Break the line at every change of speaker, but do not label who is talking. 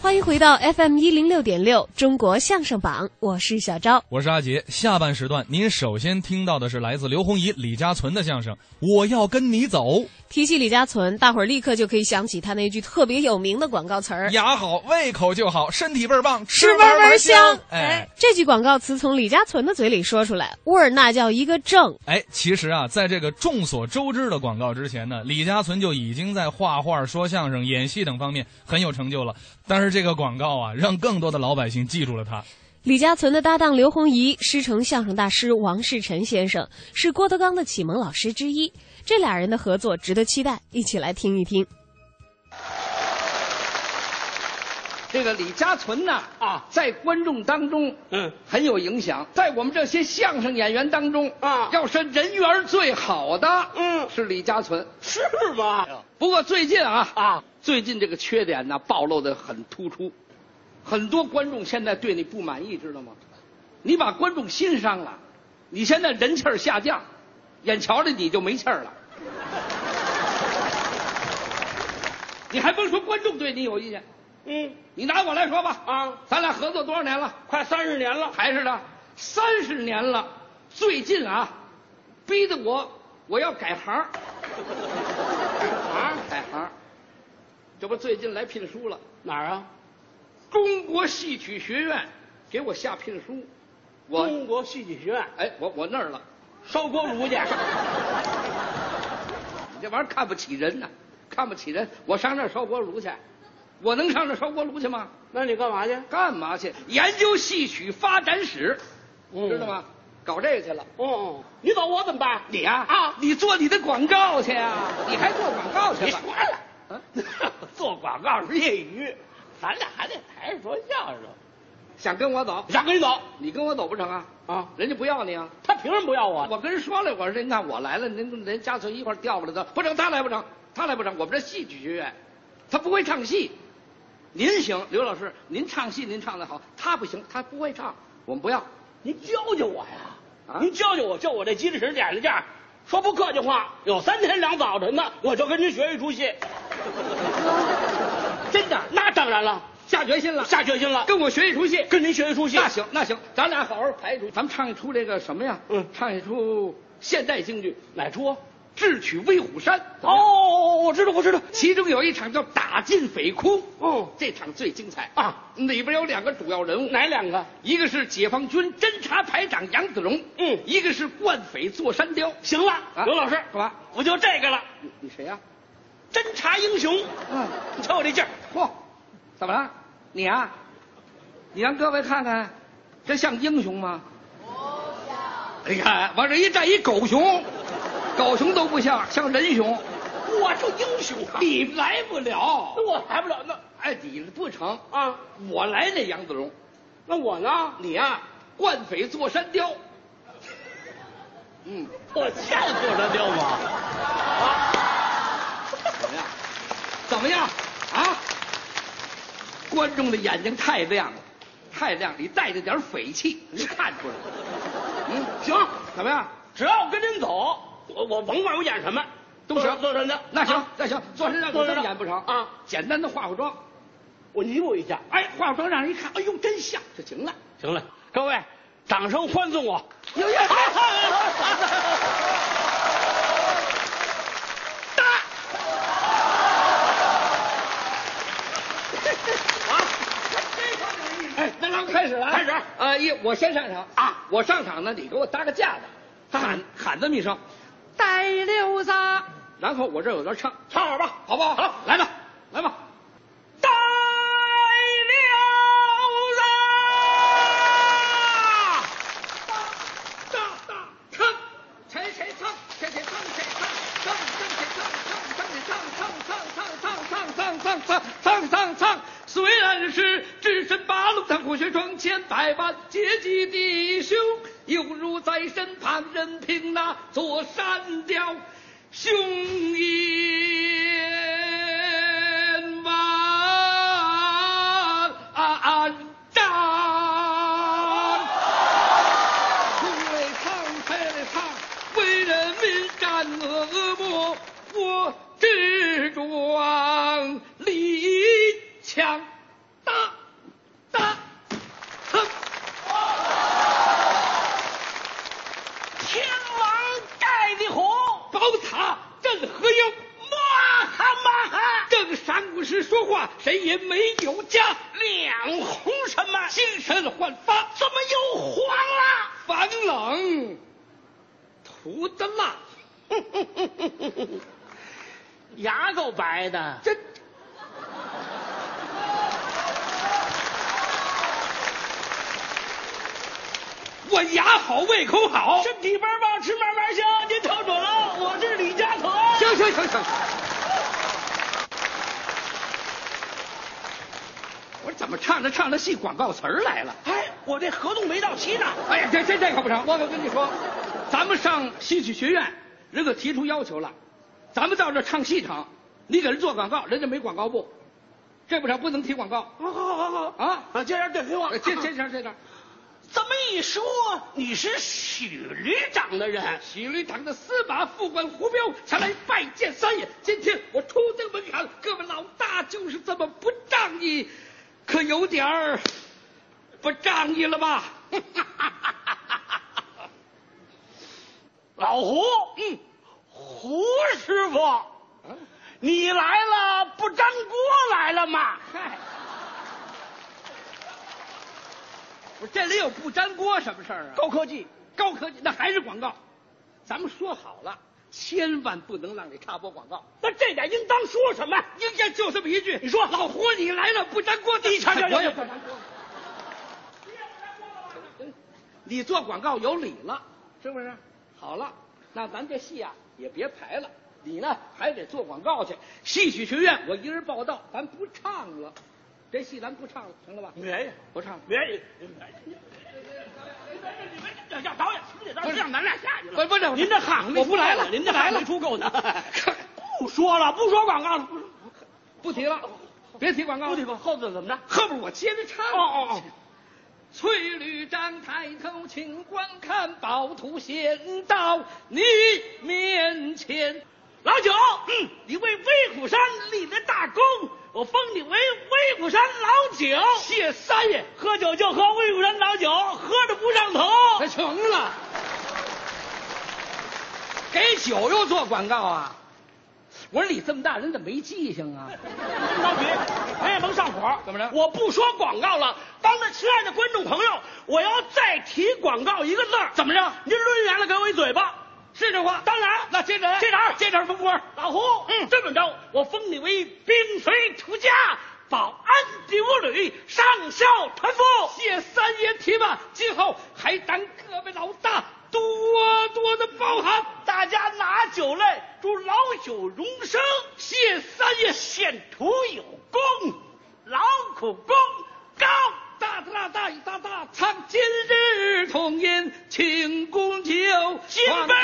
欢迎回到 FM 一零六点六中国相声榜，我是小昭。
我是阿杰。下半时段，您首先听到的是来自刘洪怡、李嘉存的相声《我要跟你走》。
提起李嘉存，大伙儿立刻就可以想起他那句特别有名的广告词儿。
牙好，胃口就好，身体倍儿棒，
吃
哎玩
玩
玩
玩香，
哎。，
这句广告词从李嘉存的嘴里说出来，味儿那叫一个正。
哎，其实啊，在这个众所周知的广告之前呢，李嘉存就已经在画画、说相声、演戏等方面很有成就了。但是这个广告啊，让更多的老百姓记住了他。
李嘉存的搭档刘洪怡，师承相声大师王世臣先生，是郭德纲的启蒙老师之一。这俩人的合作值得期待，一起来听一听。
这个李嘉存呐
啊
在观众当中，
嗯
很有影响。在我们这些相声演员当中
啊
要说人缘最好的，
嗯
是李嘉存。
是吗？
不过最近啊，
啊，
最近这个缺点呢暴露的很突出，很多观众现在对你不满意，知道吗？你把观众心伤了，你现在人气儿下降，眼瞧着你就没气儿 了。你还甭说观众对你有意见，
嗯，
你拿我来说吧，
啊
咱俩合作多少年了？
快三十年了，
还是的，三十年了，最近啊，逼得我我要改行，啊，改行，这不最近来聘书了，
哪儿啊？
中国戏曲学院给我下聘书，我
中国戏剧学院
哎，我我那儿了，
烧锅炉 去。
你这玩意儿看不起人呐、看不起人，我上那儿烧锅炉去，我能上那儿烧锅炉去吗？
那你干嘛去？
干嘛去？研究戏曲发展史，
嗯
知道吗？搞这个去了。
哦，你走我怎么办？
你呀、
啊嗯
你做你的广告去啊，你还做广告去
你
了
说？了
啊，
做广告是业余，咱俩还得台上说相声。
想跟我走，
想跟你走
你跟我走不成啊？
啊？
人家不要你啊！
他凭什么不要我？
我跟人说了，我说您看我来了，您跟人家存一块儿调过来的，不成，他来不成，他来不成。我们这戏曲学院，他不会唱戏，您行，刘老师，您唱戏您唱的好，他不行，他不会唱，我们不要。
您教教我呀！
啊
您教教我，就我这鸡翅点了价，说不客气话，有三天两早晨呢，我就跟您学一出 戏。
真的，
那当然了，
下决心了，
下决心了，
跟我学一出戏，
跟您学一出戏。
那行那行，咱俩好好排一出，咱们唱一出这个什么呀？
嗯
唱一出现代京剧。
哪出啊？
智取威虎山。
哦，我知道，我知道。
其中有一场叫打进匪窟，
哦
这场最精彩
啊！
里边有两个主要人物，
哪两个？
一个是解放军侦察排长杨子荣，
嗯
一个是惯匪座山雕。
行了，
啊
刘老师，
干嘛
我就这个了，
你你谁啊呀、
侦察英雄。
嗯
你瞧我这劲儿，
嚯，怎么了？你啊，你让各位看看，这像英雄吗？不像。你看，往这一站一狗熊，狗熊都不像，像人熊。
我是英雄啊！
你来不了，
我来不了那
哎，你不成。
啊，
我来那杨子荣，
那我呢？
你呀、惯匪坐山雕。嗯，
我见过他雕吗？
怎么样？怎么样？啊？观众的眼睛太亮了，太亮，你带着点匪气，你看出来了。嗯，
行，
怎么样？
只要跟您走，我我甭管我演什么
都行
都真的。
那行
啊，
那行，坐山雕
坐山
你
雕
演不成
啊？
简单的化化妆，
我弥补一下。
哎，化化妆让人一看，哎呦，真像就行了。
行了，各位，掌声欢送我。
有 有哎，那咱们开始了，
开始
啊！一我先上场
啊，
我上场呢，你给我搭个架子，喊喊这么一声，
带溜子，
然后我这有段唱，
唱会儿吧，
好不好？
好
来吧，来吧。
带溜子。
大大唱，谁谁唱，谁谁唱，谁唱，唱唱谁唱，唱唱谁唱，唱唱唱唱唱唱唱唱唱唱唱。虽然是置身八路，但虎穴闯千百万，结集弟兄犹如在身旁，任凭那座山雕雄鹰万丈。出来唱，开来唱，为人民战恶魔，我志壮力强大。
哦
眉有加，
两红什么？
精神焕发，
怎么又黄了？
防冷涂的蜡，
牙够白的，
真我牙好，胃口好。
身体倍儿棒，吃嘛嘛香。您瞅准了，我是李嘉诚。
行行行行，我说怎么唱着唱着戏广告词儿来了？
哎，我这合同没到期呢。
哎呀，这这这可不成！我可跟你说，咱们上戏曲学院，人可提出要求了，咱们到这儿唱戏成，你给人做广告，人家没广告部，这不成，不能提广告。
好好好好
啊
啊！这样对给我
呃，这这这这这，
这么一说，你是许旅长的人，
喜驴堂的司马副官胡彪前来拜见三爷。今天我出这个门槛，各位老大就是这么不仗义，可有点儿不仗义了吧？
老胡，
嗯，
胡师傅，嗯你来了不粘锅来了吗？
嗨，我这里有不粘锅什么事儿啊？
高科技，
高科技，那还是广告。咱们说好了，千万不能让你插播广告。
那这点应当说什么？
应该就这么一句。
你说
老胡，你来了不粘锅，
你瞧瞧
我也不粘锅。你做广告有理了，是不是？好了，那咱这戏啊也别排了，你呢还得做广告去。戏曲学院我一人报道，咱不唱了，这戏咱不唱了，成了吧？
没有，
不唱了。
没有。要导演，你得让咱俩下去了。
不不是
您这行
我不来了
您这行没出够 呢。不说了，不说广告了，
不提了，别提广告了。
不提广后头怎么着？
后边我接着唱。
哦哦哦。
翠绿帐抬头，请观看，宝图现到你面前。
老九，嗯，你为威虎山立了大功，我封你为威虎山老九。
谢三爷，
喝酒就喝威虎山老酒，喝着不上头。
他成了，给酒又做广告啊！我说你这么大人怎么没记性啊？
甭着急，咱也甭上火。
怎么着
我不说广告了，当着亲爱的观众朋友，我要再提广告一个字儿，
怎么着？
您抡圆了给我一嘴巴。
是这话？
当然，
那接着来
接着来
接着风波。
老胡，
嗯
这么着，我封你为兵随土家，保安第五旅上校团夫。
谢三爷提拔，今后还当各位老大多多的包涵。
大家拿酒来，祝老朽荣生。
谢三爷
献土有功，劳苦功高。
大大大大大大唱，今日同饮庆功酒，
金杯